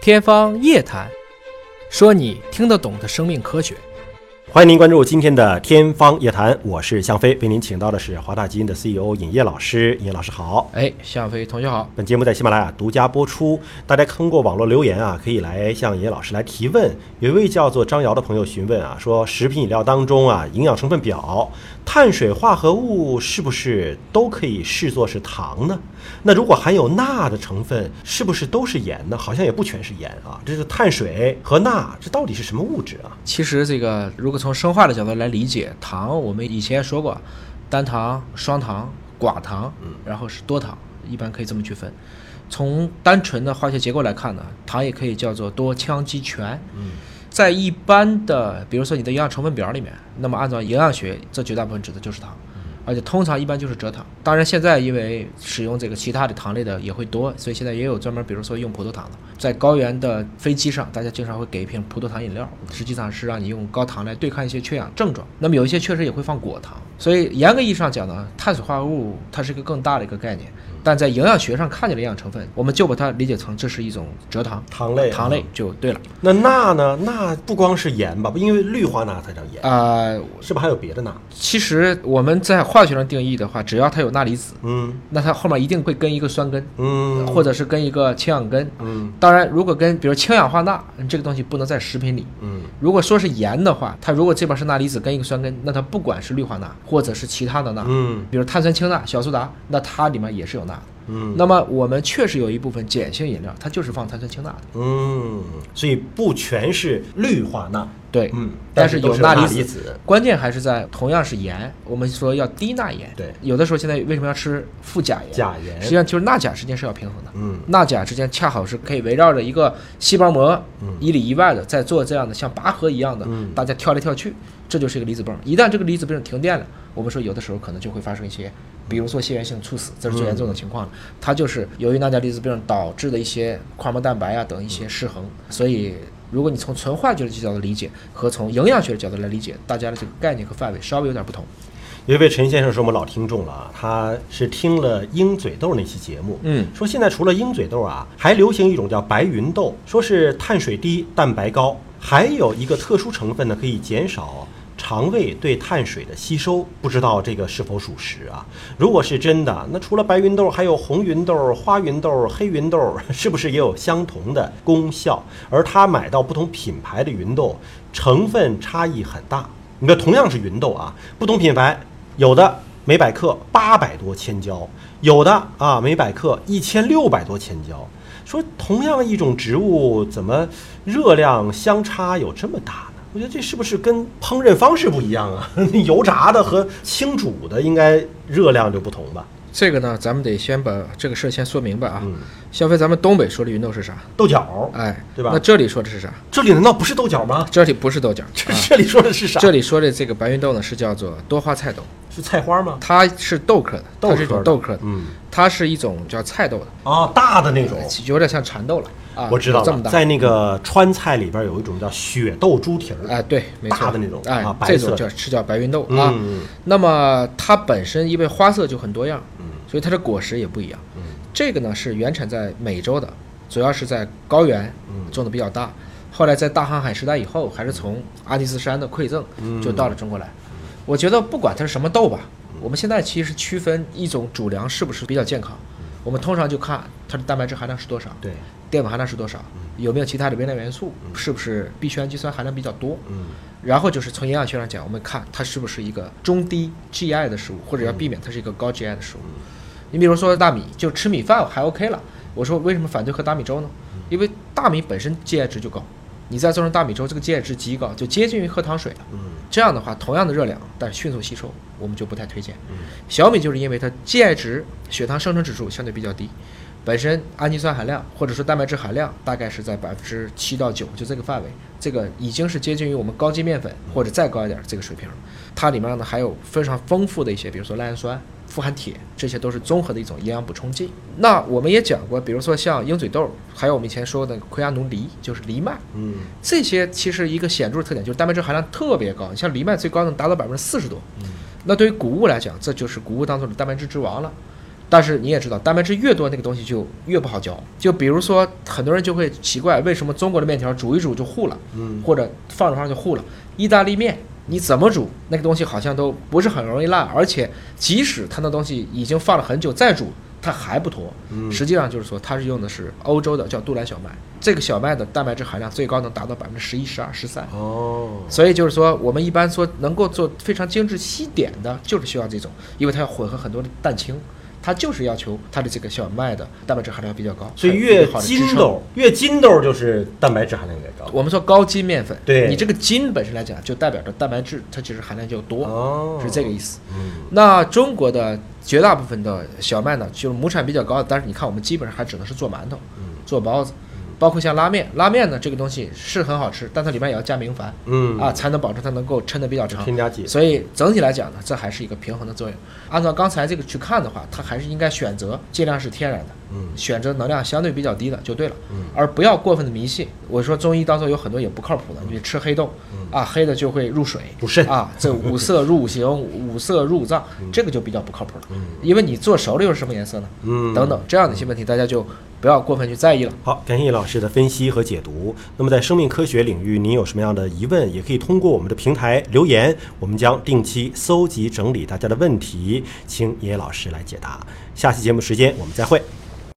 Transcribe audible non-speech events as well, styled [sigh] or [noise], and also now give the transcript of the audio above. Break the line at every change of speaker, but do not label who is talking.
天方夜谭，说你听得懂的生命科学。
欢迎您关注今天的《天方夜谭》，我是向飞，为您请到的是华大基因的 CEO 尹烨老师。尹烨老师好，
哎，向飞同学好，
本节目在喜马拉雅独家播出，大家通过网络留言啊，可以来向尹烨老师来提问。有一位叫做张瑶的朋友询问啊，说食品饮料当中啊，营养成分表碳水化合物是不是都可以视作是糖呢？那如果含有钠的成分，是不是都是盐呢？好像也不全是盐啊，这是碳水和钠，这到底是什么物质啊？
其实这个如果从生化的角度来理解，糖我们以前也说过，单糖、双糖、寡糖，然后是多糖，一般可以这么去分。从单纯的化学结构来看呢，糖也可以叫做多羟基醛。
嗯，
在一般的，比如说你的营养成分表里面，那么按照营养学，这绝大部分指的就是糖，而且通常一般就是蔗糖。当然，现在因为使用这个其他的糖类的也会多，所以现在也有专门，比如说用葡萄糖的。在高原的飞机上，大家经常会给一瓶葡萄糖饮料，实际上是让你用高糖来对抗一些缺氧症状。那么有一些确实也会放果糖，所以严格意义上讲呢，碳水化合物它是一个更大的一个概念。但在营养学上看见的营养成分，我们就把它理解成这是一种蔗糖，
糖类啊
糖类就对了。
那钠呢？钠不光是盐吧，因为氯化钠才叫盐，
呃，
是不是还有别的钠？
其实我们在化学上定义的话，只要它有钠离子，
嗯
那它后面一定会跟一个酸根，
嗯
或者是跟一个氢氧根。
嗯
当然，如果跟比如氢氧化钠这个东西不能在食品里。
嗯
如果说是盐的话，它如果这边是钠离子跟一个酸根，那它不管是氯化钠或者是其他的钠，
嗯
比如碳酸氢钠、小苏打，那它里面也是有钠的。
嗯
那么我们确实有一部分碱性饮料，它就是放碳酸氢钠的。
嗯，所以不全是氯化钠，
对，
嗯，
但
是
是
都
有
是
钠
离
离
子，
关键还是在同样是盐，我们说要低钠盐。
对
有的时候现在为什么要吃富钾盐？
钾
实
盐，
际上就是啊钠钾之间是要平衡的。
嗯
钠钾之间恰好是可以围绕着一个细胞膜
嗯
一里一外的在做这样的像拔河一样的
嗯，
大家跳来跳去，这就是一个离子泵。一旦这个离子泵停电了，我们说有的时候可能就会发生一些，比如说疝原性猝死，这是最严
嗯
重的情况了。它就是由于钠钾离子泵导致的一些跨膜蛋白啊等一些失衡，
嗯
所以。如果你从纯化学的角度理解和从营养学的角度来理解，大家的这个概念和范围稍微有点不同。
有一位陈先生是我们老听众了啊，他是听了鹰嘴豆那期节目，
嗯
说现在除了鹰嘴豆啊，还流行一种叫白芸豆，说是碳水低、蛋白高，还有一个特殊成分呢，可以减少肠胃对碳水的吸收。不知道这个是否属实啊？如果是真的，那除了白芸豆，还有红芸豆、花芸豆、黑芸豆， [laughs] 是不是也有相同的功效？而他买到不同品牌的芸豆，成分差异很大。你看，同样是芸豆啊，不同品牌有的每百克八百多千焦，有的啊每百克一千六百多千焦。说同样一种植物，怎么热量相差有这么大呢？我觉得这是不是跟烹饪方式不一样啊？ [laughs] 油炸的和清煮的应该热量就不同吧？
这个呢，咱们得先把这个事儿先说明白啊。
嗯，
消费咱们东北说的芸豆是啥？
豆角，
哎，
对吧
那这里说的是啥？
这里难道不是豆角吗？ [laughs]
这里不是豆角，
这
啊
这里说的是啥？
这里说的这个白芸豆呢是叫做多花菜豆，
是菜花吗？
它是豆科的，
豆
它是一
科
种
的
豆科的，
嗯，
它是一种叫菜豆的，
啊，大的那种。
呃有点像蚕豆了啊。
我知道
有这么
了，
大。
在那个川菜里边有一种叫血豆猪蹄儿，
哎，对，没错，
大的那种
哎
啊，白
这
色
种
的
叫是叫白芸豆啊。
嗯，
那么它本身因为花色就很多样，
嗯
所以它的果实也不一样。
嗯
这个呢是原产在美洲的，主要是在高原
嗯
种的比较大。后来在大航海时代以后，还是从阿里斯山的馈赠
嗯
就到了中国来。我觉得不管它是什么豆吧，我们现在其实区分一种主粮是不是比较健康，
嗯
我们通常就看它的蛋白质含量是多少，
对，
淀粉含量是多少，
嗯
有没有其他的微量元素，是不是必需氨基酸含量比较多。
嗯
然后就是从营养学上讲，我们看它是不是一个中低 GI 的食物，或者要避免它是一个高 GI 的食物。你比如说大米，就吃米饭还 OK 了。我说为什么反对喝大米粥呢？因为大米本身 GI 值就高，你再做成大米粥，这个 GI 值极高，就接近于喝糖水了。
嗯
这样的话，同样的热量，但是迅速吸收，我们就不太推荐。
嗯
小米就是因为它 GI 值、血糖生成指数相对比较低，本身氨基酸含量或者说蛋白质含量大概是在百分之七到九，就这个范围，这个已经是接近于我们高筋面粉或者再高一点这个水平了。它里面呢还有非常丰富的一些，比如说赖氨酸、富含铁，这些都是综合的一种营养补充剂。那我们也讲过，比如说像鹰嘴豆，还有我们以前说的奎亚奴梨，就是藜麦，
嗯
这些其实一个显著的特点就是蛋白质含量特别高，你像藜麦最高能达到百分之四十多。
嗯
那对于谷物来讲，这就是谷物当中的蛋白质之王了。但是你也知道，蛋白质越多，那个东西就越不好嚼。就比如说，很多人就会奇怪，为什么中国的面条煮一煮就糊了，
嗯，
或者放着放着就糊了？意大利面你怎么煮，那个东西好像都不是很容易烂，而且即使它那东西已经放了很久再煮，它还不坨。
嗯
实际上就是说，它是用的是欧洲的叫杜兰小麦，这个小麦的蛋白质含量最高能达到百分之十一、十二、十三。
哦，
所以就是说，我们一般说能够做非常精致西点的，就是需要这种，因为它要混合很多的蛋清，它就是要求它的这个小麦的蛋白质含量比较高，
所以
还有
越
比较好的支
筋
撑。
斗越筋斗就是蛋白质含量越高。
我们说高筋面粉，
对
你这个筋本身来讲，就代表着蛋白质，它其实含量就多，
哦，
是这个意思。
嗯，
那中国的绝大部分的小麦呢，就是亩产比较高的，但是你看我们基本上还只能是做馒头
嗯、
做包子，包括像拉面，拉面呢这个东西是很好吃，但它里面也要加明矾
嗯
啊，，才能保证它能够撑得比较长。
添加剂，
所以整体来讲呢，这还是一个平衡的作用。按照刚才这个去看的话，它还是应该选择尽量是天然的，
嗯
选择能量相对比较低的就对了，
嗯
而不要过分的迷信。我说中医当中有很多也不靠
嗯
谱的，你吃黑豆啊，黑的就会入水，
补肾
啊，这五色入五行，五色入五脏，这个就比较不靠谱了
嗯。
因为你做熟了又是什么颜色呢？
嗯，
等等这样的一些问题，大家就不要过分去在意了。
好，感谢老师的分析和解读。那么在生命科学领域，您有什么样的疑问，也可以通过我们的平台留言，我们将定期搜集整理大家的问题，请野老师来解答。下期节目时间我们再会。